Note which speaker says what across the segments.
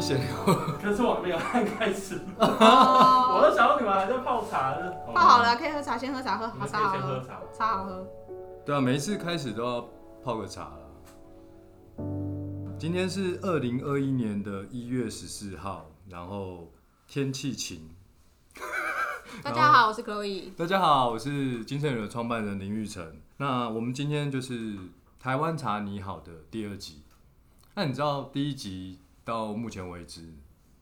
Speaker 1: 闲聊。
Speaker 2: 可是我还没有按开始，我
Speaker 3: 哦
Speaker 2: 都想到你们还在泡茶呢。
Speaker 3: 泡好了，可以喝茶，先喝茶，喝
Speaker 2: 你
Speaker 3: 好
Speaker 2: 们可
Speaker 3: 茶
Speaker 2: 以
Speaker 3: 好
Speaker 2: 先喝
Speaker 3: 喝，
Speaker 2: 茶。
Speaker 3: 茶好喝。
Speaker 1: 对啊，每一次开始都要泡个茶啦。今天是二零二一年的一月十四号，然后天气晴。
Speaker 3: 大家好，我是 Chloe。
Speaker 1: 大家好，我是金盛宇的创办人林玉成。那我们今天就是台湾茶你好的第二集。那你知道第一集到目前为止，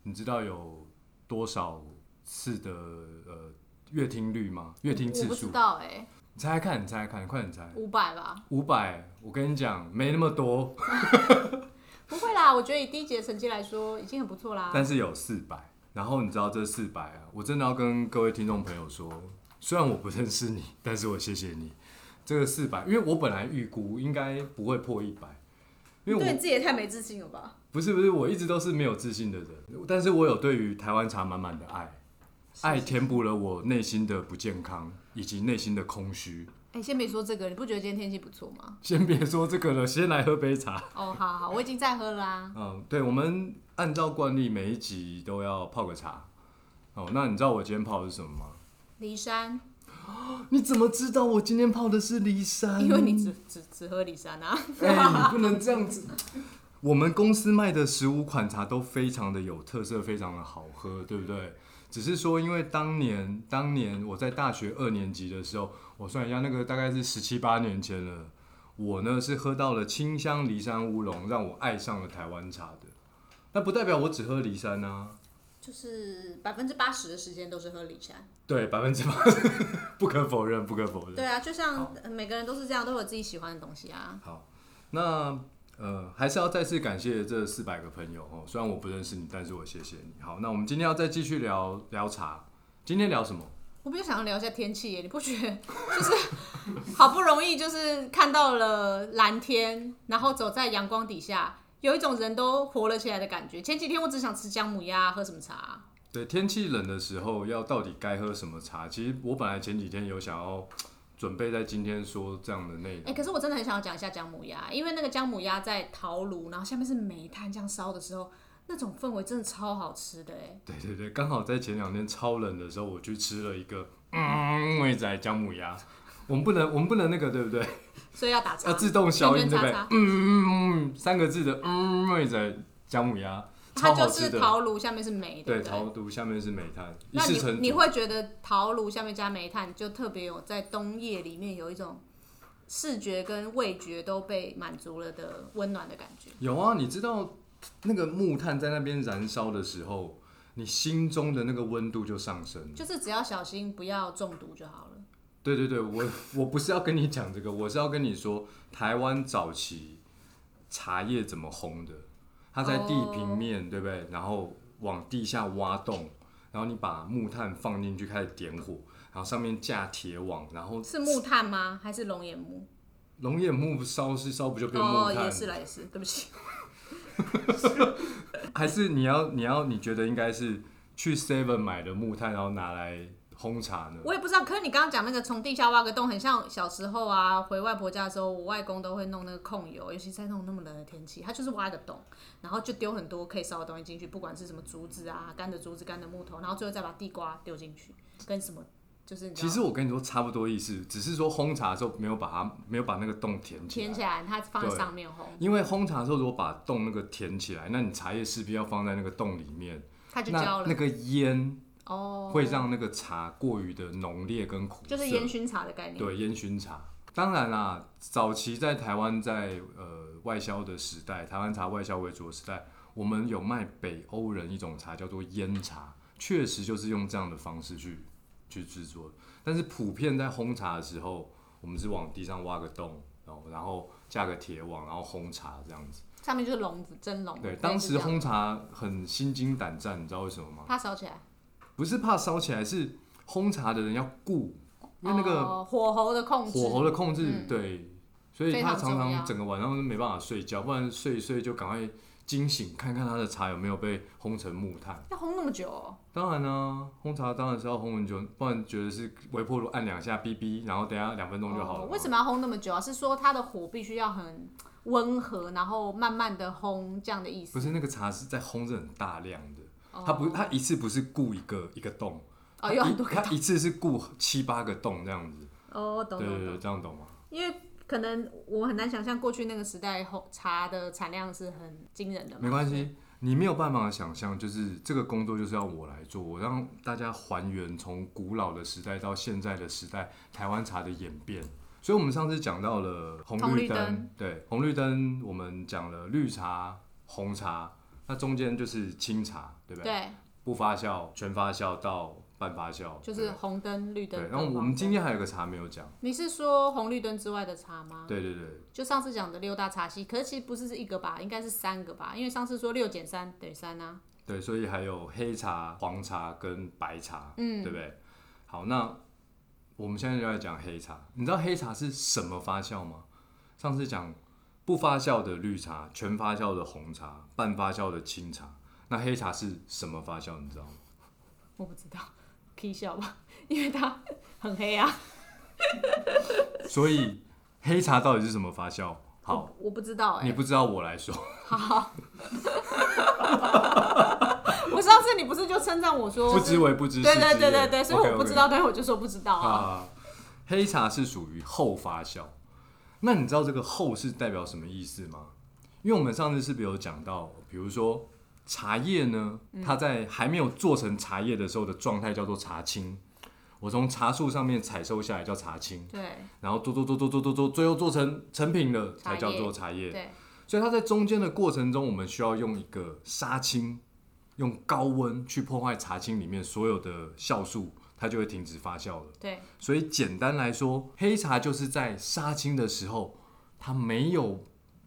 Speaker 1: 你知道有多少次的呃阅听率吗？阅听
Speaker 3: 我
Speaker 1: 次
Speaker 3: 不知
Speaker 1: 数？
Speaker 3: 道哎，
Speaker 1: 你猜猜看，你猜猜看，快点猜。
Speaker 3: 五百吧？
Speaker 1: 五百，我跟你讲，没那么多，
Speaker 3: 不会啦，我觉得以第一节的成绩来说，已经很不错啦。
Speaker 1: 但是有四百。然后你知道这四百啊，我真的要跟各位听众朋友说，虽然我不认识你， 但是我谢谢你。这个四百，因为我本来预估应该不会破一百，因为
Speaker 3: 对
Speaker 1: 我
Speaker 3: 你自己也太没自信了吧？
Speaker 1: 不是不是，我一直都是没有自信的人，但是我有对于台湾茶满满的爱，爱填补了我内心的不健康以及内心的空虚。
Speaker 3: 哎，先别说这个，你不觉得今天天气不错吗？
Speaker 1: 先别说这个了，先来喝杯茶。
Speaker 3: 哦，好好，我已经在喝啦、啊。
Speaker 1: 嗯，对，我们按照惯例每一集都要泡个茶。哦，那你知道我今天泡的是什么吗？
Speaker 3: 骊山，
Speaker 1: 你怎么知道我今天泡的是骊山？
Speaker 3: 因为你只只只喝骊山啊。
Speaker 1: 哎、你不能这样子。我们公司卖的十五款茶都非常的有特色，非常的好喝，对不对？只是说，因为当年当年我在大学二年级的时候，我算一下，那个大概是十七八年前了。我呢是喝到了清香骊山乌龙，让我爱上了台湾茶的。那不代表我只喝骊山啊，
Speaker 3: 就是百分之八十的时间都是喝骊山。
Speaker 1: 对，百分之八， 不可否认，不可否认。
Speaker 3: 对啊，就像呃每个人都是这样，都有自己喜欢的东西啊。
Speaker 1: 好，那呃，还是要再次感谢这四百个朋友哦。虽然我不认识你，但是我谢谢你。好，那我们今天要再继续聊聊茶。今天聊什么？
Speaker 3: 我比较想要聊一下天气耶，你不觉得？ 就是好不容易就是看到了蓝天，然后走在阳光底下，有一种人都活了起来的感觉。前几天我只想吃姜母鸭，喝什么茶啊、
Speaker 1: 对，天气冷的时候，要到底该喝什么茶？其实我本来前几天有想要准备在今天说这样的内容
Speaker 3: 哎、，可是我真的很想要讲一下姜母鸭，因为那个姜母鸭在陶炉，然后下面是煤炭这样烧的时候，那种氛围真的超好吃的哎。
Speaker 1: 对对对，刚好在前两天超冷的时候，我去吃了一个嗯妹仔姜母鸭。我们不能，我们不能那个，对不对？
Speaker 3: 所以要打
Speaker 1: 要
Speaker 3: 叉。
Speaker 1: 啊自动消音，对不对
Speaker 3: 圈圈叉叉？
Speaker 1: 嗯，三个字的嗯妹仔姜母鸭，
Speaker 3: 它
Speaker 1: 超
Speaker 3: 就
Speaker 1: 好吃
Speaker 3: 是
Speaker 1: 的。
Speaker 3: 陶炉下面是煤，
Speaker 1: 对，
Speaker 3: 不对？
Speaker 1: 陶炉下面是煤炭，一
Speaker 3: 那
Speaker 1: 次
Speaker 3: 你
Speaker 1: 成
Speaker 3: 你
Speaker 1: 组。
Speaker 3: 会觉得陶炉下面加煤炭，就特别有在冬夜里面有一种视觉跟味觉都被满足了的温暖的感觉。
Speaker 1: 有啊，你知道那个木炭在那边燃烧的时候，你心中的那个温度就上升了。
Speaker 3: 就是只要小心不要中毒就好了。
Speaker 1: 对对对，我 我不是要跟你讲这个，我是要跟你说，台湾早期茶叶怎么烘的？它在地平面对不
Speaker 3: 哦
Speaker 1: 对？然后往地下挖洞，然后你把木炭放进去开始点火，然后上面架铁网，然后
Speaker 3: 是木炭吗？还是龙眼木？
Speaker 1: 龙眼木烧是烧不就变木
Speaker 3: 哦，
Speaker 1: 炭了？
Speaker 3: 也是啦，也是。对不起，
Speaker 1: 还是你要你要你觉得应该是去 Seven 买的木炭，然后拿来烘茶呢？
Speaker 3: 我也不知道。可是你刚刚讲那个从地下挖个洞，很像小时候啊，回外婆家的时候，我外公都会弄那个控油，尤其在那种那么冷的天气，他就是挖一个洞，然后就丢很多可以烧的东西进去，不管是什么竹子啊、干的竹子、干的木头，然后最后再把地瓜丢进去，跟什么就是你知道
Speaker 1: 其实我跟你说差不多意思，只是说烘茶的时候没有把它没有把那个洞填起
Speaker 3: 填
Speaker 1: 来，
Speaker 3: 起来，它放在上面烘，
Speaker 1: 因为烘茶的时候如果把洞那个填起来，那你茶叶势必要放在那个洞里面，
Speaker 3: 它就焦
Speaker 1: 那那
Speaker 3: 了。
Speaker 1: 个烟
Speaker 3: 哦，
Speaker 1: 会让那个茶过于的浓烈跟苦涩，
Speaker 3: 就是烟熏茶的概念。
Speaker 1: 对烟熏茶。当然啦，早期在台湾在呃外销的时代，台湾茶外销为主的时代，我们有卖北欧人一种茶叫做烟茶，确实就是用这样的方式去去制作。但是普遍在烘茶的时候，我们是往地上挖个洞，然后然后架个铁网，然后烘茶这样子。
Speaker 3: 上面就是笼子，蒸笼。
Speaker 1: 对，
Speaker 3: 类似
Speaker 1: 当时
Speaker 3: 哦这样
Speaker 1: 烘茶很心惊胆战，你知道为什么吗？
Speaker 3: 怕烧起来，
Speaker 1: 不是怕烧起来，是烘茶的人要顾，因为那个
Speaker 3: 哦火候的控制，
Speaker 1: 火候的控制，
Speaker 3: 嗯
Speaker 1: 对，所以
Speaker 3: 非
Speaker 1: 他
Speaker 3: 常
Speaker 1: 常
Speaker 3: 重要
Speaker 1: 常整个晚上都没办法睡觉，不然睡一睡就赶快惊醒，看看他的茶有没有被烘成木炭。
Speaker 3: 要烘那么久、哦，
Speaker 1: 当然啊，烘茶当然是要烘很久，不然觉得是微波炉按两下哔哔，然后等一下两分钟就好了嘛。
Speaker 3: 哦为什么要烘那么久啊？是说它的火必须要很温和，然后慢慢的烘这样的意思？
Speaker 1: 不是那个茶是在烘是很大量的，
Speaker 3: 哦，
Speaker 1: 它不它一次不是固一个一个洞，
Speaker 3: 哦，有 很多
Speaker 1: 它一它一次是固七八个洞这样子。
Speaker 3: 哦，懂
Speaker 1: 对对
Speaker 3: 懂
Speaker 1: 对，
Speaker 3: 懂，
Speaker 1: 这样懂吗？
Speaker 3: 因为。可能我很难想象过去那个时代烘茶的产量是很惊人的嘛。
Speaker 1: 没关系，你没有办法想象，就是这个工作就是要我来做，我让大家还原从古老的时代到现在的时代台湾茶的演变。所以，我们上次讲到了红
Speaker 3: 红
Speaker 1: 绿
Speaker 3: 绿灯，
Speaker 1: 对红绿灯，我们讲了绿茶、红茶，那中间就是清茶，对不对？
Speaker 3: 对，
Speaker 1: 不发酵、全发酵到半发酵，
Speaker 3: 就是红灯、绿
Speaker 1: 对
Speaker 3: 灯
Speaker 1: 对。
Speaker 3: 跟
Speaker 1: 然后
Speaker 3: 黄啊
Speaker 1: 我
Speaker 3: 灯。
Speaker 1: 们今天还有个茶没有讲，
Speaker 3: 你是说红绿灯之外的茶吗？
Speaker 1: 对对对，
Speaker 3: 就上次讲的六大茶系，可是其实不是一个吧，应该是三个吧，因为上次说六减三等于三啊。
Speaker 1: 对，所以还有黑茶、黄茶跟白茶，
Speaker 3: 嗯
Speaker 1: 对不对？好，那我们现在就来讲黑茶。你知道黑茶是什么发酵吗？上次讲不发酵的绿茶、全发酵的红茶、半发酵的清茶，那黑茶是什么发酵？你知道 吗？
Speaker 3: 我不知道， 以笑吧，因为它很黑啊。
Speaker 1: 所以黑茶到底是什么发酵？好，
Speaker 3: 我，我不知道哎、
Speaker 1: 你不知道我来说，
Speaker 3: 我上次你不是就称赞我说
Speaker 1: 不知
Speaker 3: 我
Speaker 1: 为不知
Speaker 3: 对
Speaker 1: 是知也。
Speaker 3: 对对对对，所以
Speaker 1: OK，OK
Speaker 3: 我不知道，但是我就说不知道啊。
Speaker 1: 啊，黑茶是属于后发酵。那你知道这个“后”是代表什么意思吗？因为我们上次是不是有讲到，比如说茶叶呢，它在还没有做成茶叶的时候的状态叫做茶青。我从茶树上面采收下来叫茶青，
Speaker 3: 对
Speaker 1: 然后做做做做做做做，最后做成成品了才叫做茶叶。
Speaker 3: 对，
Speaker 1: 所以它在中间的过程中，我们需要用一个杀青，用高温去破坏茶青里面所有的酵素，它就会停止发酵了。
Speaker 3: 对，
Speaker 1: 所以简单来说，黑茶就是在杀青的时候，它没有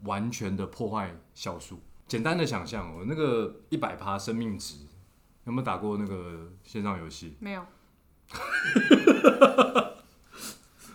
Speaker 1: 完全的破坏酵素。简单的想象哦，那个一百趴生命值，有没有打过那个线上游戏？
Speaker 3: 没有。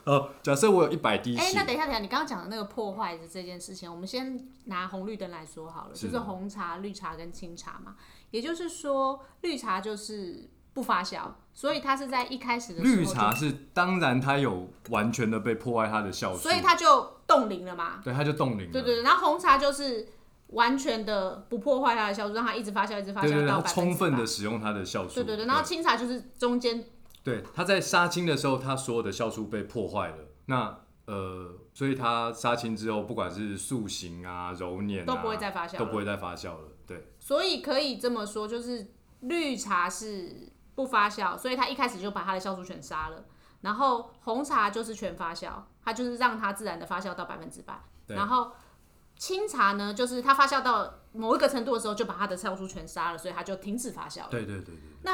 Speaker 1: 哦，假设我有一百滴
Speaker 3: 哎、
Speaker 1: 血
Speaker 3: 那，等一下，等一下，你刚刚讲的那个破坏的这件事情，我们先拿红绿灯来说好了，
Speaker 1: 是
Speaker 3: 就是红茶、绿茶跟清茶嘛。也就是说，绿茶就是不发酵，所以它是在一开始的时候就
Speaker 1: 绿茶，是当然它有完全的被破坏它的酵素，
Speaker 3: 所以它就冻龄了嘛。
Speaker 1: 对它就冻龄了。
Speaker 3: 对对对，然后红茶就是完全的不破坏它的酵素，让它一直发酵，一直发
Speaker 1: 对对
Speaker 3: 酵
Speaker 1: 对，
Speaker 3: 到
Speaker 1: 它
Speaker 3: 百
Speaker 1: 充分的
Speaker 3: 的。
Speaker 1: 使用它的酵素。
Speaker 3: 对对对，然后清茶就是中间
Speaker 1: 对，它在杀青的时候，它所有的酵素被破坏了。那呃，所以它杀青之后，不管是塑形啊、揉捻啊，
Speaker 3: 都不会再发酵
Speaker 1: 都
Speaker 3: 了
Speaker 1: 不会再发酵了。对，
Speaker 3: 所以可以这么说，就是绿茶是不发酵，所以它一开始就把它的酵素全杀了。然后红茶就是全发酵，它就是让它自然的发酵到百分之百。
Speaker 1: 对
Speaker 3: 然后清茶呢，就是它发酵到某一个程度的时候，就把它的酵素全杀了，所以它就停止发酵了。
Speaker 1: 对对对对，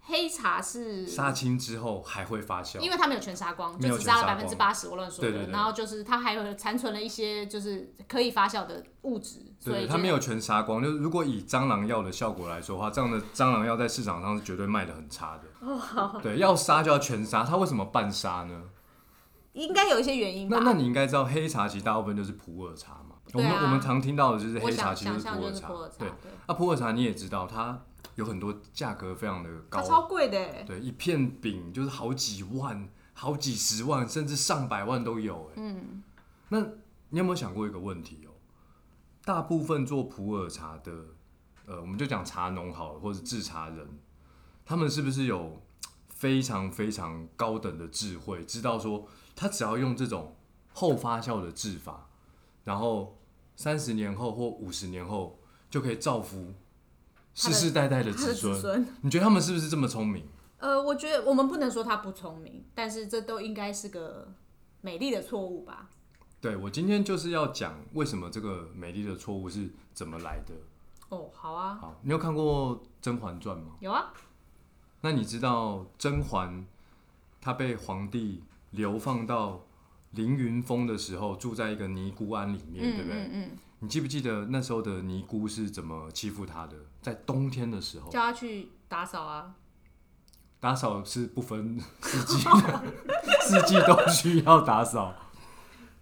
Speaker 3: 黑茶是
Speaker 1: 杀青之后还会发酵。
Speaker 3: 因为它没有全杀光，
Speaker 1: 没有
Speaker 3: 就只杀了百
Speaker 1: 全
Speaker 3: 分之
Speaker 1: 杀
Speaker 3: 八十，我乱说的。
Speaker 1: 对对对
Speaker 3: 然后就是它还有残存了一些就是可以发酵的物质，
Speaker 1: 对
Speaker 3: 所以
Speaker 1: 对，
Speaker 3: 就
Speaker 1: 它没有全杀光。就是如果以蟑螂药的效果来说的话，这样的蟑螂药在市场上是绝对卖的很差的。
Speaker 3: 哦
Speaker 1: 对，要杀就要全杀，它为什么半杀呢？
Speaker 3: 应该有一些原因吧。
Speaker 1: 那那你应该知道，黑茶其实大部分就是普洱茶嘛。我
Speaker 3: 对
Speaker 1: 们
Speaker 3: 啊
Speaker 1: 我们常听到的就是
Speaker 3: 我
Speaker 1: 黑茶
Speaker 3: 想
Speaker 1: 其实
Speaker 3: 想象
Speaker 1: 普
Speaker 3: 就
Speaker 1: 洱
Speaker 3: 是
Speaker 1: 茶
Speaker 3: 普洱，茶，
Speaker 1: 对。
Speaker 3: 对。
Speaker 1: 那普洱茶你也知道，它有很多价格非常的
Speaker 3: 它
Speaker 1: 高，
Speaker 3: 超贵的欸，
Speaker 1: 对，一片饼就是好几万、好几十万，甚至上百万都有。哎，嗯，那你有没有想过一个问题哦？大部分做普洱茶的，呃，我们就讲茶农好了，或者制茶人，他们是不是有非常非常高等的智慧，知道说他只要用这种后发酵的制法，然后三十年后或五十年后就可以造福世
Speaker 3: 他的
Speaker 1: 世代代的
Speaker 3: 他
Speaker 1: 子
Speaker 3: 的子
Speaker 1: 孙？
Speaker 3: 孙。
Speaker 1: 你觉得他们是不是这么聪明？
Speaker 3: 呃，我觉得我们不能说他不聪明，但是这都应该是个美丽的错误吧？
Speaker 1: 对我今天就是要讲为什么这个美丽的错误是怎么来的。
Speaker 3: 哦，好啊，
Speaker 1: 好，你有看过《甄嬛传》吗？
Speaker 3: 有啊，
Speaker 1: 那你知道甄嬛她被皇帝流放到凌云峰的时候，住在一个尼姑庵里面，对不对？
Speaker 3: 嗯嗯
Speaker 1: 你记不记得那时候的尼姑是怎么欺负她的？在冬天的时
Speaker 3: 嗯，
Speaker 1: 候，
Speaker 3: 叫他去打扫啊，
Speaker 1: 打 扫是不分四季的，四季都需要打扫。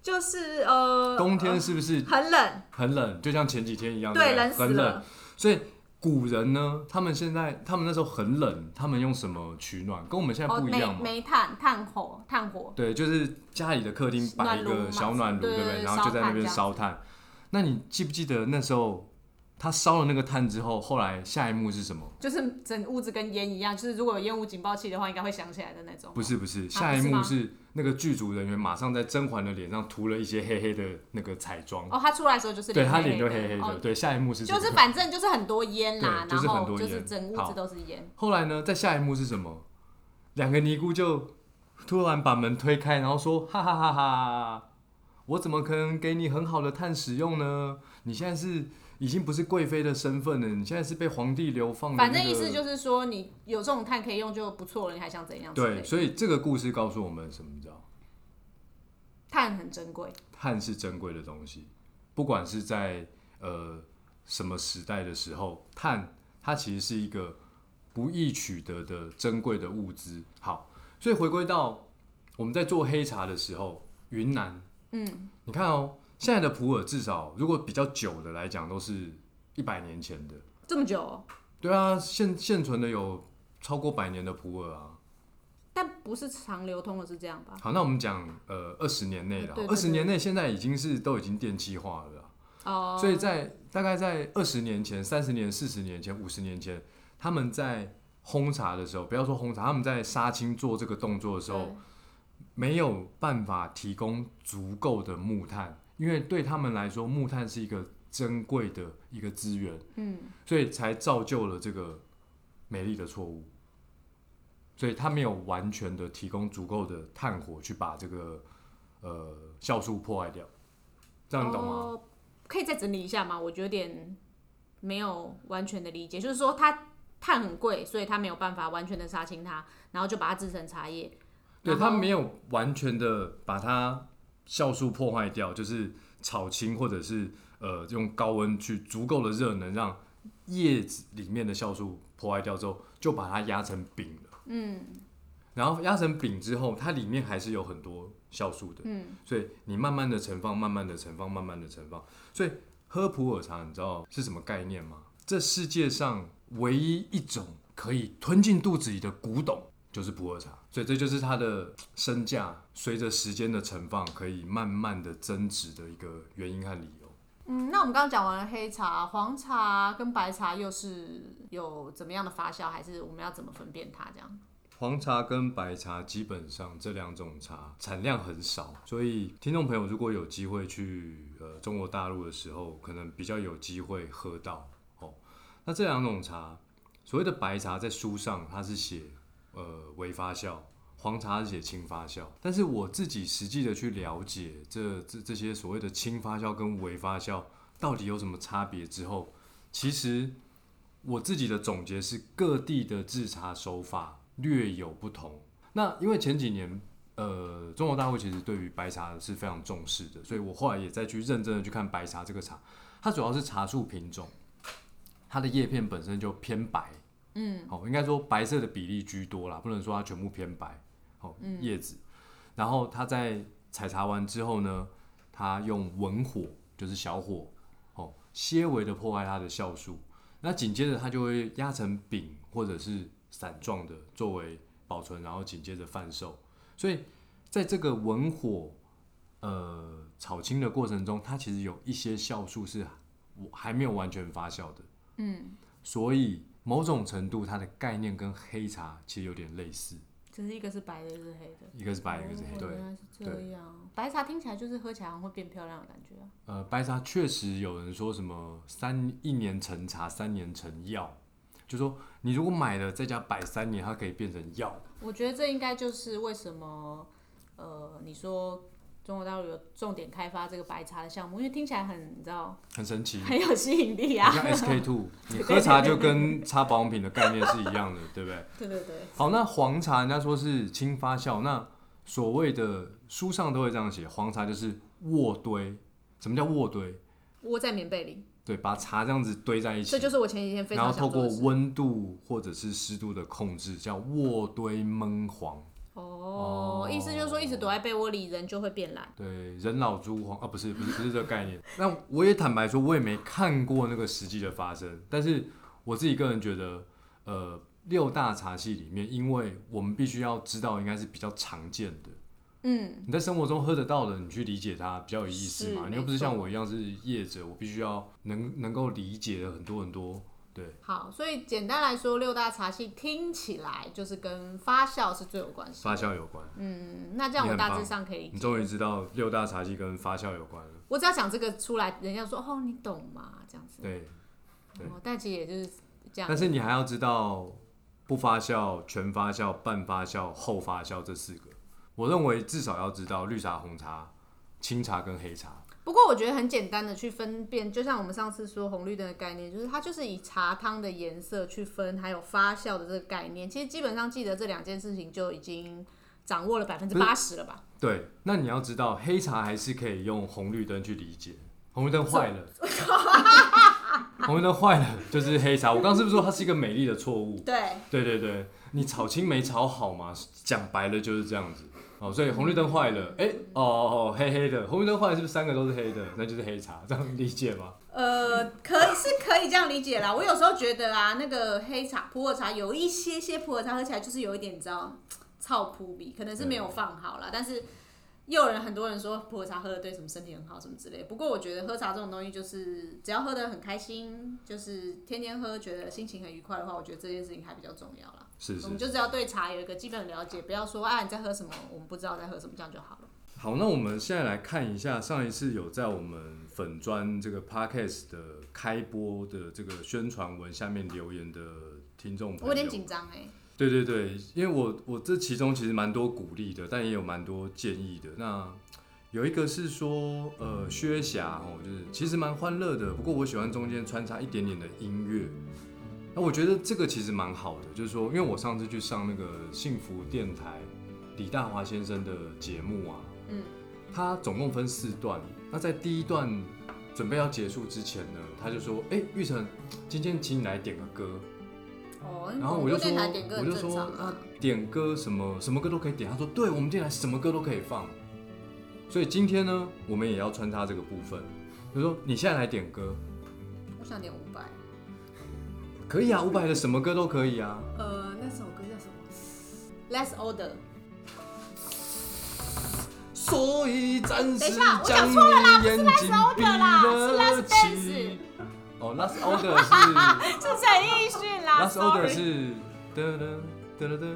Speaker 3: 就是呃，
Speaker 1: 冬天是不是
Speaker 3: 很冷，
Speaker 1: 很冷？就像前几天一样，
Speaker 3: 对，
Speaker 1: 不
Speaker 3: 冷死
Speaker 1: 很冷。
Speaker 3: 了。
Speaker 1: 所以古人呢，他们现在他们那时候很冷，他们用什么取暖？跟我们现在
Speaker 3: 哦，
Speaker 1: 不一
Speaker 3: 煤
Speaker 1: 样嘛。
Speaker 3: 煤炭、炭火、炭火，
Speaker 1: 对，就是家里的客厅摆一
Speaker 3: 暖炉
Speaker 1: 个
Speaker 3: 嘛
Speaker 1: 小暖炉，
Speaker 3: 对
Speaker 1: 对不
Speaker 3: 对
Speaker 1: 对？
Speaker 3: 对
Speaker 1: 然后就在那边
Speaker 3: 烧
Speaker 1: 烧炭。那你记不记得那时候他烧了那个炭之后，后来下一幕是什么？
Speaker 3: 就是整屋子跟烟一样，就是如果有烟雾警报器的话，应该会响起来的那种。
Speaker 1: 不是不是，
Speaker 3: 啊
Speaker 1: 下一
Speaker 3: 不是
Speaker 1: 幕
Speaker 3: 吗
Speaker 1: 是那个剧组人员马上在甄嬛的脸上涂了一些黑黑的那个彩妆，
Speaker 3: 哦，他出来的时候就是
Speaker 1: 对他
Speaker 3: 脸
Speaker 1: 脸就黑
Speaker 3: 黑
Speaker 1: 黑
Speaker 3: 的，
Speaker 1: 的。
Speaker 3: 哦，
Speaker 1: 对，下一幕是这
Speaker 3: 就
Speaker 1: 个
Speaker 3: 是反正就是很多烟啦，
Speaker 1: 对就
Speaker 3: 然
Speaker 1: 是很
Speaker 3: 后
Speaker 1: 多
Speaker 3: 就
Speaker 1: 烟
Speaker 3: 是整屋子都是烟。
Speaker 1: 后来呢，在下一幕是什么？两个尼姑就突然把门推开，然后说：“哈哈哈哈，我怎么可能给你很好的碳使用呢？你现在是已经不是贵妃的身份了，你现在是被皇帝流放的、那
Speaker 3: 反
Speaker 1: 个。”
Speaker 3: 正意思就是说，你有这种碳可以用就不错了，你还想怎样之类
Speaker 1: 对，
Speaker 3: 的？
Speaker 1: 所以这个故事告诉我们什么？你知道，
Speaker 3: 碳很珍贵，
Speaker 1: 碳是珍贵的东西，不管是在呃什么时代的时候，碳它其实是一个不易取得的珍贵的物资。好，所以回归到我们在做黑茶的时候，云南，嗯，你看哦，现在的普洱至少如果比较久的来讲，都是一百年前的。
Speaker 3: 这么久哦、
Speaker 1: 对啊，现现存的有超过百年的普洱啊。
Speaker 3: 但不是常流通的，是这样吧？
Speaker 1: 好，那我们讲呃二十年内了
Speaker 3: 啊对，对
Speaker 1: 二十
Speaker 3: 对
Speaker 1: 年内现在已经是都已经电气化了啊。
Speaker 3: 哦，
Speaker 1: 所以在大概在二十年前、三十年、四十年前、五十年前，他们在烘茶的时候，不要说烘茶，他们在杀青做这个动作的时候，没有办法提供足够的木炭，因为对他们来说，木炭是一个珍贵的一个资源，
Speaker 3: 嗯，
Speaker 1: 所以才造就了这个美丽的错误。所以他没有完全的提供足够的炭火去把这个呃酵素破坏掉，这样你懂吗？
Speaker 3: 哦？可以再整理一下吗？我有点没有完全的理解，就是说它碳很贵，所以它没有办法完全的杀青它，然后就把它制成茶叶。
Speaker 1: 对，
Speaker 3: 然后
Speaker 1: 它没有完全的把它酵素破坏掉，就是炒青或者是呃用高温去足够的热能让叶子里面的酵素破坏掉之后，就把它压成饼了。
Speaker 3: 嗯
Speaker 1: 然后压成饼之后，它里面还是有很多酵素的，
Speaker 3: 嗯，
Speaker 1: 所以你慢慢的盛放，慢慢的盛放，慢慢的盛放。所以喝普洱茶，你知道是什么概念吗？这世界上唯一一种可以吞进肚子里的古董就是普洱茶，所以这就是它的身价随着时间的盛放可以慢慢的增值的一个原因和理由。
Speaker 3: 嗯，那我们刚刚讲完了黑茶、黄茶跟白茶，又是有怎么样的发酵，还是我们要怎么分辨它？这样
Speaker 1: 黄茶跟白茶基本上这两种茶产量很少，所以听众朋友如果有机会去呃中国大陆的时候，可能比较有机会喝到哦。那这两种茶，所谓的白茶在书上它是写呃微发酵，黄茶是写轻发酵，但是我自己实际的去了解这这这些所谓的轻发酵跟微发酵到底有什么差别之后，其实我自己的总结是，各地的制茶手法略有不同。那因为前几年，呃，中国大陆其实对于白茶是非常重视的，所以我后来也再去认真的去看白茶这个茶，它主要是茶树品种，它的叶片本身就偏白，嗯，哦，应该说白色的比例居多啦，不能说它全部偏白，哦，叶子。然后它在采茶完之后呢，它用文火，就是小火，哦，些微的破坏它的酵素，哦那紧接着它就会压成饼或者是散状的作为保存，然后紧接着贩售。所以在这个文火呃炒青的过程中，它其实有一些酵素是还没有完全发酵的。嗯，所以某种程度它的概念跟黑茶其实有点类似，
Speaker 3: 只是一个是白的，一个是黑的。
Speaker 1: 一个是白，一个是黑。
Speaker 3: 哦
Speaker 1: 对
Speaker 3: 原，来是这样。白茶听起来就是喝起来好像会变漂亮的感觉啊。
Speaker 1: 呃，白茶确实有人说什么三一年成茶，三年成药，就说你如果买了在家摆三年，它可以变成药。
Speaker 3: 我觉得这应该就是为什么，呃，你说中国大陆有重点开发这个白茶的项目，因为听起来很，你知道，
Speaker 1: 很神奇。
Speaker 3: 很有吸引力
Speaker 1: 你
Speaker 3: 啊。
Speaker 1: 像 SK two，你喝茶就跟擦保养品的概念是一样的，对不 对？
Speaker 3: 对对对，
Speaker 1: 好，那黄茶人家说是轻发酵，那所谓的书上都会这样写，黄茶就是卧堆。什么叫卧堆？
Speaker 3: 窝在棉被里，
Speaker 1: 对，把茶这样子堆在一起
Speaker 3: 这，就是我前几天非
Speaker 1: 然后
Speaker 3: 常
Speaker 1: 透
Speaker 3: 想做
Speaker 1: 过
Speaker 3: 的事。
Speaker 1: 温度或者是湿度的控制，叫卧堆焖黄。
Speaker 3: 哦，意思就是说一直躲在被窝里，人就会变懒。
Speaker 1: 对，人老珠黄啊，不是不是不是这个概念。 那我也坦白说，我也没看过那个实际的发生，但是我自己个人觉得，呃，六大茶系里面，因为我们必须要知道，应该是比较常见的。
Speaker 3: 嗯，
Speaker 1: 你在生活中喝得到的，你去理解它比较有意思嘛。
Speaker 3: 是
Speaker 1: 你又不是
Speaker 3: 没错
Speaker 1: 像我一样是业者，我必须要能能够理解的很多很多。对，
Speaker 3: 好，所以简单来说，六大茶系听起来就是跟发酵是最有关系。
Speaker 1: 发酵有关。
Speaker 3: 嗯，那这样
Speaker 1: 你
Speaker 3: 我
Speaker 1: 很
Speaker 3: 大
Speaker 1: 棒
Speaker 3: 致上可以
Speaker 1: 你终于知道六大茶系跟发酵有关了。
Speaker 3: 我只要讲这个出来，人家说哦，你懂吗？这样子。
Speaker 1: 对，对
Speaker 3: 哦，但其实也就是这样。
Speaker 1: 但是你还要知道不发酵、全发酵、半发酵、后发酵这四个，我认为至少要知道绿茶、红茶、青茶跟黑茶。
Speaker 3: 不过我觉得很简单的去分辨，就像我们上次说红绿灯的概念，就是它就是以茶汤的颜色去分，还有发酵的这个概念。其实基本上记得这两件事情就已经掌握了百分之八十了吧？
Speaker 1: 对，那你要知道黑茶还是可以用红绿灯去理解，红绿灯坏了，红绿灯坏了就是黑茶。我刚刚是不是说它是一个美丽的错误？
Speaker 3: 对，
Speaker 1: 对对对，你炒青没炒好嘛？讲白了就是这样子。哦，所以红绿灯坏了，哎、哦哦哦，黑黑的，红绿灯坏了是不是三个都是黑的？那就是黑茶，这样理解吗？
Speaker 3: 呃，可以是可以这样理解啦。我有时候觉得啊，那个黑茶、普洱茶有一些些普洱茶喝起来就是有一点，你知道，糙扑鼻，可能是没有放好
Speaker 1: 嗯
Speaker 3: 啦。但是又有人很多人说普洱茶喝的对什么身体很好什么之类的。不过我觉得喝茶这种东西，就是只要喝得很开心，就是天天喝，觉得心情很愉快的话，我觉得这件事情还比较重要啦。
Speaker 1: 是
Speaker 3: 我
Speaker 1: 是
Speaker 3: 们就只要对茶有一个基本了解，不要说啊你在喝什么，我们不知道在喝什么，这样就好了。
Speaker 1: 好，那我们现在来看一下上一次有在我们粉砖这个 podcast 的开播的这个宣传文下面留言的听众朋友。
Speaker 3: 我有点紧张哎，
Speaker 1: 对对对，因为我我这其中其实蛮多鼓励的，但也有蛮多建议的。那有一个是说，
Speaker 3: 嗯
Speaker 1: 呃，薛霞哦，就是其实蛮欢乐的，不过我喜欢中间穿插一点点的音乐。那我觉得这个其实蛮好的，就是说，因为我上次去上那个幸福电台李大华先生的节目啊，
Speaker 3: 嗯，
Speaker 1: 他总共分四段。那在第一段准备要结束之前呢，他就说：“哎、玉成，今天请你来点个歌。”
Speaker 3: 哦，
Speaker 1: 然后我就
Speaker 3: 广播
Speaker 1: 说
Speaker 3: 电台点歌，
Speaker 1: 我
Speaker 3: 很
Speaker 1: 就
Speaker 3: 正
Speaker 1: 说
Speaker 3: 常啊
Speaker 1: 啊，点歌什么什么歌都可以点。他说，对我们电台什么歌都可以放。所以今天呢，我们也要穿插这个部分。就说你现在来点歌，
Speaker 3: 我想点五百。
Speaker 1: 可以啊，伍佰的什么歌都可以啊。
Speaker 3: 呃，那首歌叫什么？Let's Order。
Speaker 1: 所以暂时
Speaker 3: 等一下我
Speaker 1: 将
Speaker 3: 讲
Speaker 1: 你
Speaker 3: 错了啦
Speaker 1: 眼
Speaker 3: 是
Speaker 1: 睛
Speaker 3: Last Order
Speaker 1: 闭
Speaker 3: 啦
Speaker 1: 了
Speaker 3: 是 Last
Speaker 1: 起
Speaker 3: Dance
Speaker 1: 哦，Last Order 是。
Speaker 3: 是陈奕迅
Speaker 1: Last Order 是哒哒哒哒哒，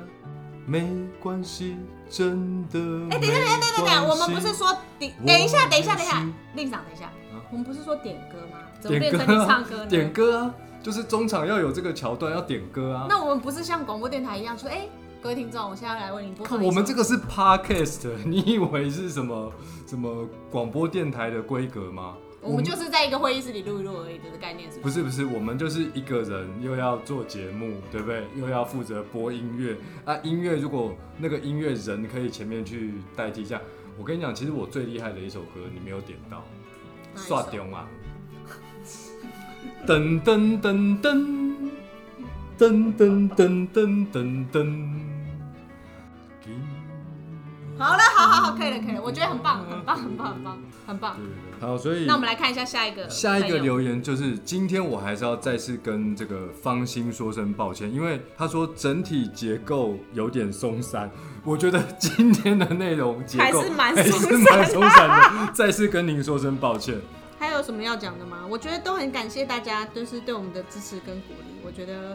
Speaker 1: 没关系，真的。哎、
Speaker 3: 哎，等一下，等一下，等一下等一下，我们不是说点？
Speaker 1: 我
Speaker 3: 等一下，等一下，等一下
Speaker 1: 是，
Speaker 3: 令长，等一下
Speaker 1: 啊，
Speaker 3: 我们不是说点歌吗？怎么
Speaker 1: 点
Speaker 3: 变
Speaker 1: 歌
Speaker 3: 成
Speaker 1: 啊
Speaker 3: 你唱歌
Speaker 1: 点
Speaker 3: 呢？
Speaker 1: 歌啊，就是中场要有这个桥段，要点歌啊。
Speaker 3: 那我们不是像广播电台一样说，哎，各位听众，我现在来为您播
Speaker 1: 看
Speaker 3: 放。
Speaker 1: 我们这，个是 podcast，你 以为是什么什么广播电台的规格吗？
Speaker 3: 我们就是在一个会议室里录一录而已的概念，是不
Speaker 1: 不
Speaker 3: 是？
Speaker 1: 是不是，我们就是一个人，又要做节目，对不对？又要负责播音乐啊，音乐如果那个音乐人可以前面去代替一下。我跟你讲，其实我最厉害的一首歌，你没有点到，
Speaker 3: 哪一首
Speaker 1: 刷中啊！噔噔噔噔噔噔噔噔噔噔。
Speaker 3: 好了，好好好，可以了，可以了，我觉得很棒，很棒，很棒，很棒，很棒。
Speaker 1: 好，所以
Speaker 3: 那我们来看一下下一个，
Speaker 1: 下一个。留言就是，今天我还是要再次跟这个方心说声抱歉，因为他说整体结构有点松散，我觉得今天的内容结构
Speaker 3: 还是蛮
Speaker 1: 还是
Speaker 3: 松散的
Speaker 1: 蛮松散的， 再次跟您说声抱歉。
Speaker 3: 还有什么要讲的吗？我觉得都很感谢大家，就是对我们的支持跟鼓励。我觉得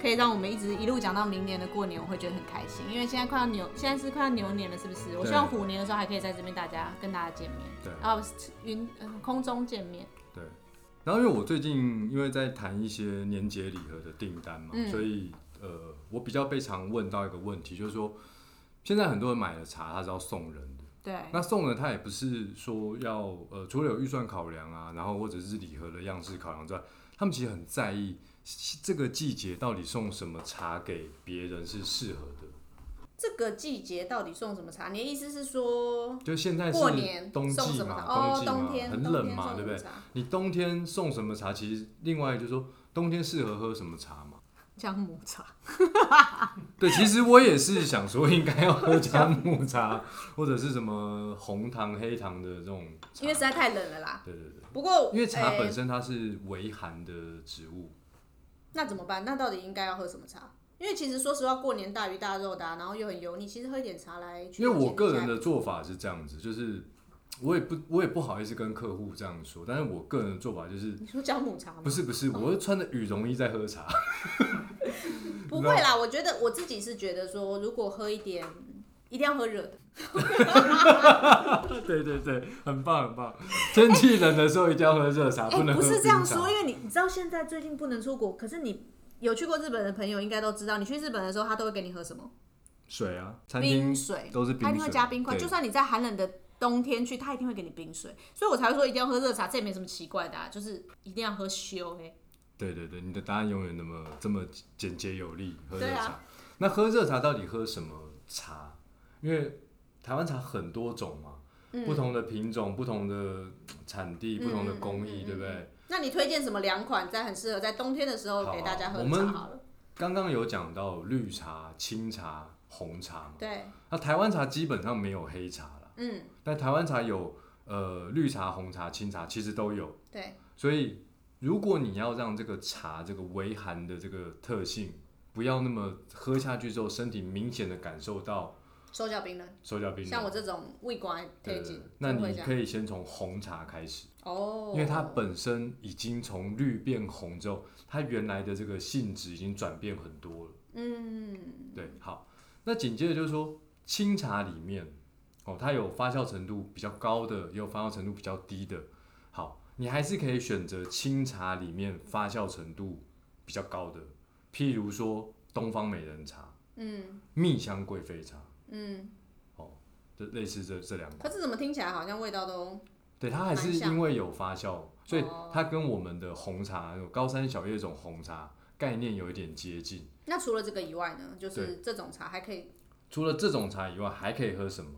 Speaker 3: 可以让我们一直一路讲到明年的过年，我会觉得很开心，因为现在快要牛，现在是快要牛年了，是不是？我希望虎年的时候还可以在这边大家跟大家见面，
Speaker 1: 对
Speaker 3: 然后云、呃空中见面。
Speaker 1: 对，然后因为我最近因为在谈一些年节礼盒的订单嘛，
Speaker 3: 嗯
Speaker 1: 所以呃，我比较被常问到一个问题，就是说现在很多人买了茶，他是要送人的。
Speaker 3: 对，
Speaker 1: 那送了他也不是说要呃，除了有预算考量啊，然后或者是礼盒的样式考量之外，他们其实很在意这个季节到底送什么茶给别人是适合的。
Speaker 3: 这个季节到底送什么茶？你的意思是说
Speaker 1: 就现在是
Speaker 3: 过年
Speaker 1: 冬
Speaker 3: 送
Speaker 1: 季
Speaker 3: 什么
Speaker 1: 嘛，
Speaker 3: 茶？哦，
Speaker 1: 季
Speaker 3: 冬
Speaker 1: 嘛，
Speaker 3: 天
Speaker 1: 很
Speaker 3: 冬
Speaker 1: 冷
Speaker 3: 天
Speaker 1: 嘛，
Speaker 3: 送
Speaker 1: 对不
Speaker 3: 什么
Speaker 1: 对？
Speaker 3: 茶？
Speaker 1: 你冬天送什么茶？其实另外就是说，冬天适合喝什么茶嘛？
Speaker 3: 姜母茶。
Speaker 1: 对，其实我也是想说，应该要喝姜母茶，或者是什么红糖、黑糖的这种茶。
Speaker 3: 因为实在太冷了啦。
Speaker 1: 对对对，
Speaker 3: 不过呃
Speaker 1: 因为茶
Speaker 3: 诶
Speaker 1: 本身它是微寒的植物，
Speaker 3: 那怎么办？那到底应该要喝什么茶？因为其实说实话，过年大鱼大肉的啊、然后又很油腻，其实喝一点茶来去
Speaker 1: 因为我个人
Speaker 3: 减一下
Speaker 1: 的做法是这样子，就是我也不我也不好意思跟客户这样说，但是我个人的做法就是，
Speaker 3: 你说姜母茶吗？
Speaker 1: 不是不是，我会穿着羽绒衣在喝茶。
Speaker 3: 不会啦，我觉得我自己是觉得说，如果喝一点，一定要喝
Speaker 1: 啊
Speaker 3: 热的。
Speaker 1: 对对对，很棒很棒。天气冷的时候一定要喝热茶，
Speaker 3: 哎、
Speaker 1: 不能喝
Speaker 3: 不
Speaker 1: 冰茶。
Speaker 3: 是这样说，因为你你知道现在最近不能出国，可是你有去过日本的朋友应该都知道，你去日本的时候他都会给你喝什么？
Speaker 1: 水啊，餐
Speaker 3: 冰
Speaker 1: 厅
Speaker 3: 水，
Speaker 1: 都是
Speaker 3: 他
Speaker 1: 冰
Speaker 3: 一定
Speaker 1: 水，
Speaker 3: 会加冰块。
Speaker 1: 对
Speaker 3: 就算你在寒冷的冬天去，他一定会给你冰水，所以我才会说一定要喝热茶，这也没什么奇怪的、啊，就是一定要喝修哎、
Speaker 1: 对对对，你的答案永远那么这么简洁有力。喝热
Speaker 3: 对
Speaker 1: 茶，
Speaker 3: 啊
Speaker 1: 那喝热茶到底喝什么茶？因为台湾茶很多种嘛，
Speaker 3: 嗯
Speaker 1: 不同的品种、不同的产地、不同的工
Speaker 3: 嗯
Speaker 1: 艺，对不对？
Speaker 3: 那你推荐什么两款在很适合在冬天的时候给大家喝
Speaker 1: 好啊
Speaker 3: 的
Speaker 1: 我
Speaker 3: 茶
Speaker 1: 们
Speaker 3: 好了？
Speaker 1: 刚刚有讲到绿茶、青茶、红茶嘛，
Speaker 3: 对，
Speaker 1: 那台湾茶基本上没有黑茶啦，
Speaker 3: 嗯，
Speaker 1: 但台湾茶有呃绿茶、红茶、青茶，其实都有。
Speaker 3: 对，
Speaker 1: 所以，如果你要让这个茶这个微寒的这个特性不要那么喝下去之后，身体明显的感受到
Speaker 3: 手脚冰冷，
Speaker 1: 手脚冰
Speaker 3: 像
Speaker 1: 冷
Speaker 3: 我，这种胃管
Speaker 1: 对对
Speaker 3: 推
Speaker 1: 对
Speaker 3: 荐，
Speaker 1: 那
Speaker 3: 就会
Speaker 1: 你
Speaker 3: 这样
Speaker 1: 可以先从红茶开始，
Speaker 3: 哦，
Speaker 1: 因为它本身已经从绿变红之后，它原来的这个性质已经转变很多了。
Speaker 3: 嗯，
Speaker 1: 对，好，那紧接着就是说清茶里面，哦，它有发酵程度比较高的，也有发酵程度比较低的。好，你还是可以选择清茶里面发酵程度比较高的，譬如说东方美人茶、
Speaker 3: 嗯
Speaker 1: 蜜香贵妃茶，
Speaker 3: 嗯，
Speaker 1: 哦，这类似这这两个。
Speaker 3: 可是怎么听起来好像味道都
Speaker 1: 对，它还是
Speaker 3: 蛮像
Speaker 1: 因为有发酵，所以
Speaker 3: 哦
Speaker 1: 它跟我们的红茶、有高山小叶种红茶概念有一点接近。
Speaker 3: 那除了这个以外呢，就是这种茶还可以
Speaker 1: 除了这种茶以外，还可以喝什么？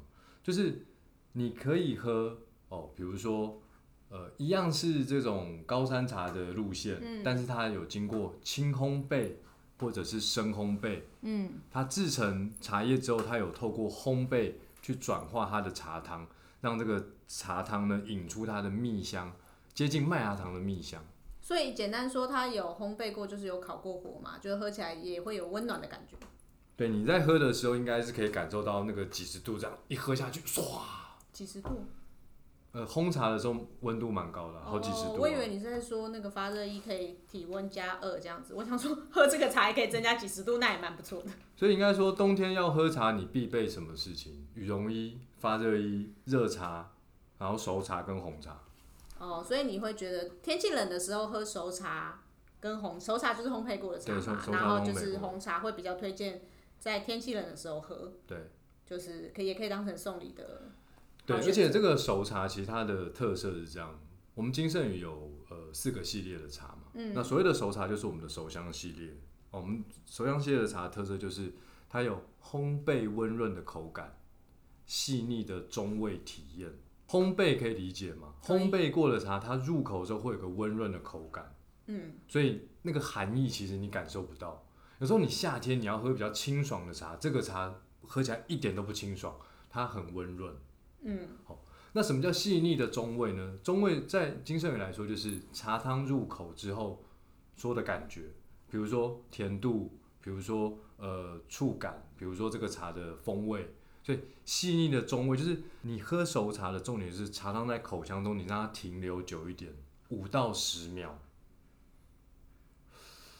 Speaker 1: 就是你可以喝哦，比如说，呃，一样是这种高山茶的路线，
Speaker 3: 嗯
Speaker 1: 但是它有经过轻烘焙或者是深烘焙，
Speaker 3: 嗯
Speaker 1: 它制成茶叶之后，它有透过烘焙去转化它的茶汤，让这个茶汤呢引出它的蜜香，接近麦芽糖的蜜香。
Speaker 3: 所以简单说，它有烘焙过，就是有烤过火嘛，就是喝起来也会有温暖的感觉。
Speaker 1: 对，你在喝的时候应该是可以感受到那个几十度这样一喝下去，唰，
Speaker 3: 几十度，
Speaker 1: 呃，烘茶的时候温度蛮高的，好几十度啊、
Speaker 3: 哦。我以为你是在说那个发热衣可以体温加二这样子，我想说喝这个茶也可以增加几十度，那也蛮不错的。
Speaker 1: 所以应该说，冬天要喝茶，你必备什么事情？羽绒衣、发热衣、热茶，然后熟茶跟红茶。
Speaker 3: 哦，所以你会觉得天气冷的时候喝熟茶跟红熟茶就是烘焙过的茶
Speaker 1: 对熟
Speaker 3: 嘛
Speaker 1: 熟，茶
Speaker 3: 然后
Speaker 1: 烘
Speaker 3: 就
Speaker 1: 焙
Speaker 3: 是
Speaker 1: 过
Speaker 3: 红茶会比较推荐在天气冷的时候喝，
Speaker 1: 对
Speaker 3: 就是可以也可以当成送礼的。
Speaker 1: 对，
Speaker 3: 好
Speaker 1: 而且这个熟茶其实它的特色是这样：我们金圣宇有呃四个系列的茶嘛，
Speaker 3: 嗯
Speaker 1: 那所谓的熟茶就是我们的熟香系列。哦我们熟香系列的茶的特色就是它有烘焙温润的口感，细腻的中味体验。烘焙可以理解吗？
Speaker 3: 可以
Speaker 1: 烘焙过的茶，它入口之后会有个温润的口感。
Speaker 3: 嗯，
Speaker 1: 所以那个寒意其实你感受不到。有时候你夏天你要喝比较清爽的茶，这个茶喝起来一点都不清爽，它很温润。
Speaker 3: 嗯，
Speaker 1: 好、那什么叫细腻的中味呢？中味在金圣宇来说就是茶汤入口之后说的感觉，比如说甜度，比如说呃触感，比如说这个茶的风味。所以细腻的中味就是你喝熟茶的重点是茶汤在口腔中，你让它停留久一点，五到十秒。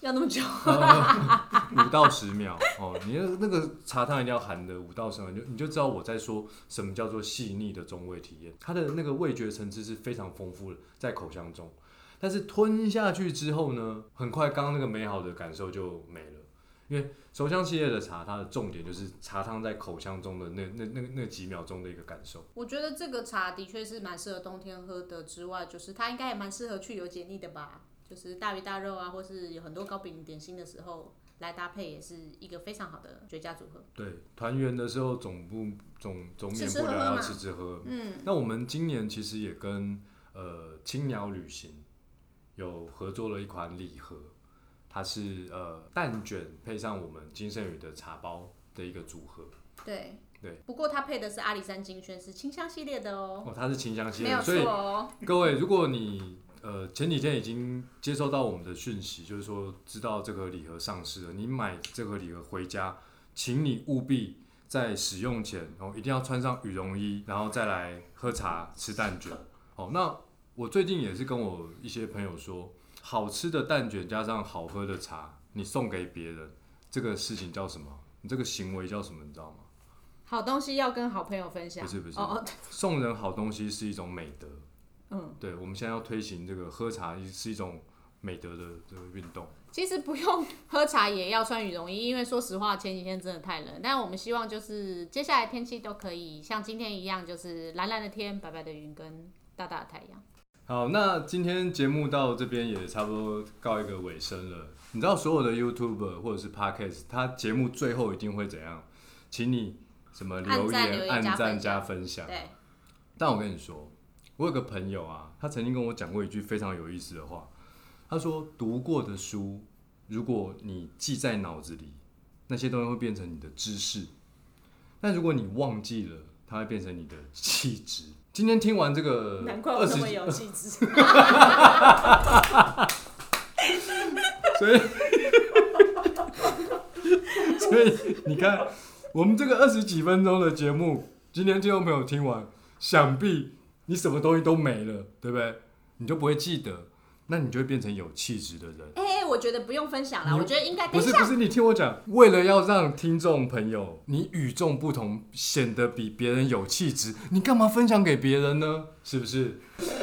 Speaker 3: 要那么久？
Speaker 1: 五到十秒哦，你的那个茶汤一定要含的五到十秒，你就你就知道我在说什么叫做细腻的中味体验，它的那个味觉层次是非常丰富的，在口腔中。但是吞下去之后呢，很快刚刚那个美好的感受就没了，因为熟香系列的茶，它的重点就是茶汤在口腔中的那那那那几秒钟的一个感受。
Speaker 3: 我觉得这个茶的确是蛮适合冬天喝的，之外就是它应该也蛮适合去油解腻的吧，就是大鱼大肉啊，或是有很多糕饼点心的时候来搭配，也是一个非常好的绝佳组合。
Speaker 1: 对，团圆的时候总不总总免不了要吃吃喝。嗯，那我们今年其实也跟呃青鸟旅行有合作了一款礼盒，它是呃蛋卷配上我们金圣宇的茶包的一个组合。
Speaker 3: 对
Speaker 1: 对。
Speaker 3: 不过它配的是阿里山金萱，是清香系列的哦，
Speaker 1: 哦，它是清香系
Speaker 3: 没
Speaker 1: 列，
Speaker 3: 有
Speaker 1: 所以
Speaker 3: 错哦。
Speaker 1: 各位，如果你呃前几天已经接收到我们的讯息，就是说知道这个礼盒上市了，你买这个礼盒回家，请你务必在使用前，然、后一定要穿上羽绒衣，然后再来喝茶吃蛋卷。哦，那我最近也是跟我一些朋友说，好吃的蛋卷加上好喝的茶，你送给别人，这个事情叫什么？你这个行为叫什么？你知道吗？
Speaker 3: 好东西要跟好朋友分享，
Speaker 1: 不是不是
Speaker 3: 哦哦，
Speaker 1: 送人好东西是一种美德。
Speaker 3: 嗯，
Speaker 1: 对，我们现在要推行这个喝茶是一种美德的这个运动。
Speaker 3: 其实不用喝茶也要穿羽绒衣，因为说实话前几天真的太冷。但我们希望就是接下来天气都可以像今天一样，就是蓝蓝的天、白白的云跟大大的太阳。
Speaker 1: 好，那今天节目到这边也差不多告一个尾声了。你知道所有的 YouTuber 或者是 Podcast，他节目最后一定会怎样？请你什么留
Speaker 3: 按赞留
Speaker 1: 言、
Speaker 3: 言
Speaker 1: 按
Speaker 3: 加
Speaker 1: 赞
Speaker 3: 分
Speaker 1: 加
Speaker 3: 享
Speaker 1: 分享。
Speaker 3: 对，
Speaker 1: 但我跟你说，我有个朋友啊，他曾经跟我讲过一句非常有意思的话。他说：“读过的书，如果你记在脑子里，那些东西会变成你的知识；但如果你忘记了，它会变成你的气质。”今天听完这个
Speaker 4: 难怪我
Speaker 1: 呃二
Speaker 4: 那
Speaker 1: 十
Speaker 4: 么
Speaker 1: 集，
Speaker 4: 有气质。
Speaker 1: 所以 所以你看，我们这个二十几分钟的节目，今天听众朋友听完，想必你什么东西都没了，对不对？你就不会记得，那你就会变成有气质的人。
Speaker 3: 哎、我觉得不用分享啦，
Speaker 1: 你
Speaker 3: 我觉得应哎该等
Speaker 1: 不
Speaker 3: 一
Speaker 1: 是
Speaker 3: 下
Speaker 1: 不是，你听我讲，为了要让听众朋友你与众不同，显得比别人有气质，你干嘛分享给别人呢？是不是？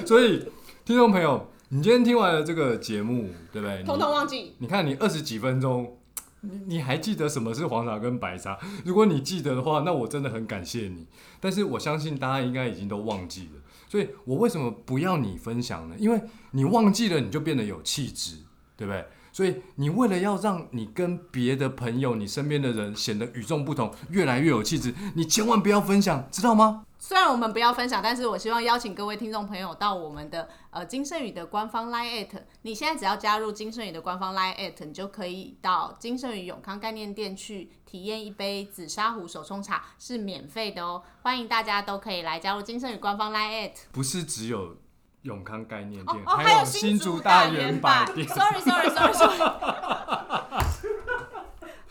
Speaker 1: 所以听众朋友，你今天听完了这个节目，对不对？你
Speaker 3: 统统忘记。
Speaker 1: 你看你二十几分钟，你你还记得什么是黄茶跟白茶？如果你记得的话，那我真的很感谢你。但是我相信大家应该已经都忘记了，所以我为什么不要你分享呢？因为你忘记了，你就变得有气质，对不对？所以你为了要让你跟别的朋友、你身边的人显得与众不同，越来越有气质，你千万不要分享，知道吗？
Speaker 3: 虽然我们不要分享，但是我希望邀请各位听众朋友到我们的呃金盛宇的官方 Line at，你现在只要加入金盛宇的官方 Line at，你就可以到金盛宇永康概念店去体验一杯紫砂壶手冲茶，是免费的哦，欢迎大家都可以来加入金盛宇官方 Line at。
Speaker 1: 不是只有永康概念
Speaker 3: 哦
Speaker 1: 店，
Speaker 3: 哦，
Speaker 1: 有
Speaker 3: 有
Speaker 1: 新
Speaker 3: 竹
Speaker 1: 大
Speaker 3: 圆
Speaker 1: 百店。
Speaker 3: Sorry Sorry Sorry Sorry。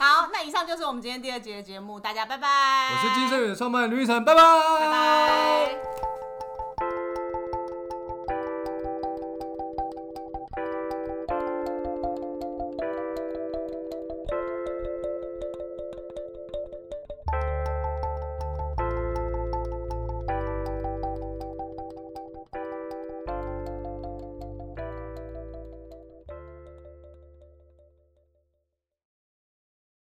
Speaker 3: 好，那以上就是我们今天第二集的节目，大家拜拜。
Speaker 1: 我是金盛宇的创办人吕玉成，拜拜，
Speaker 3: 拜拜。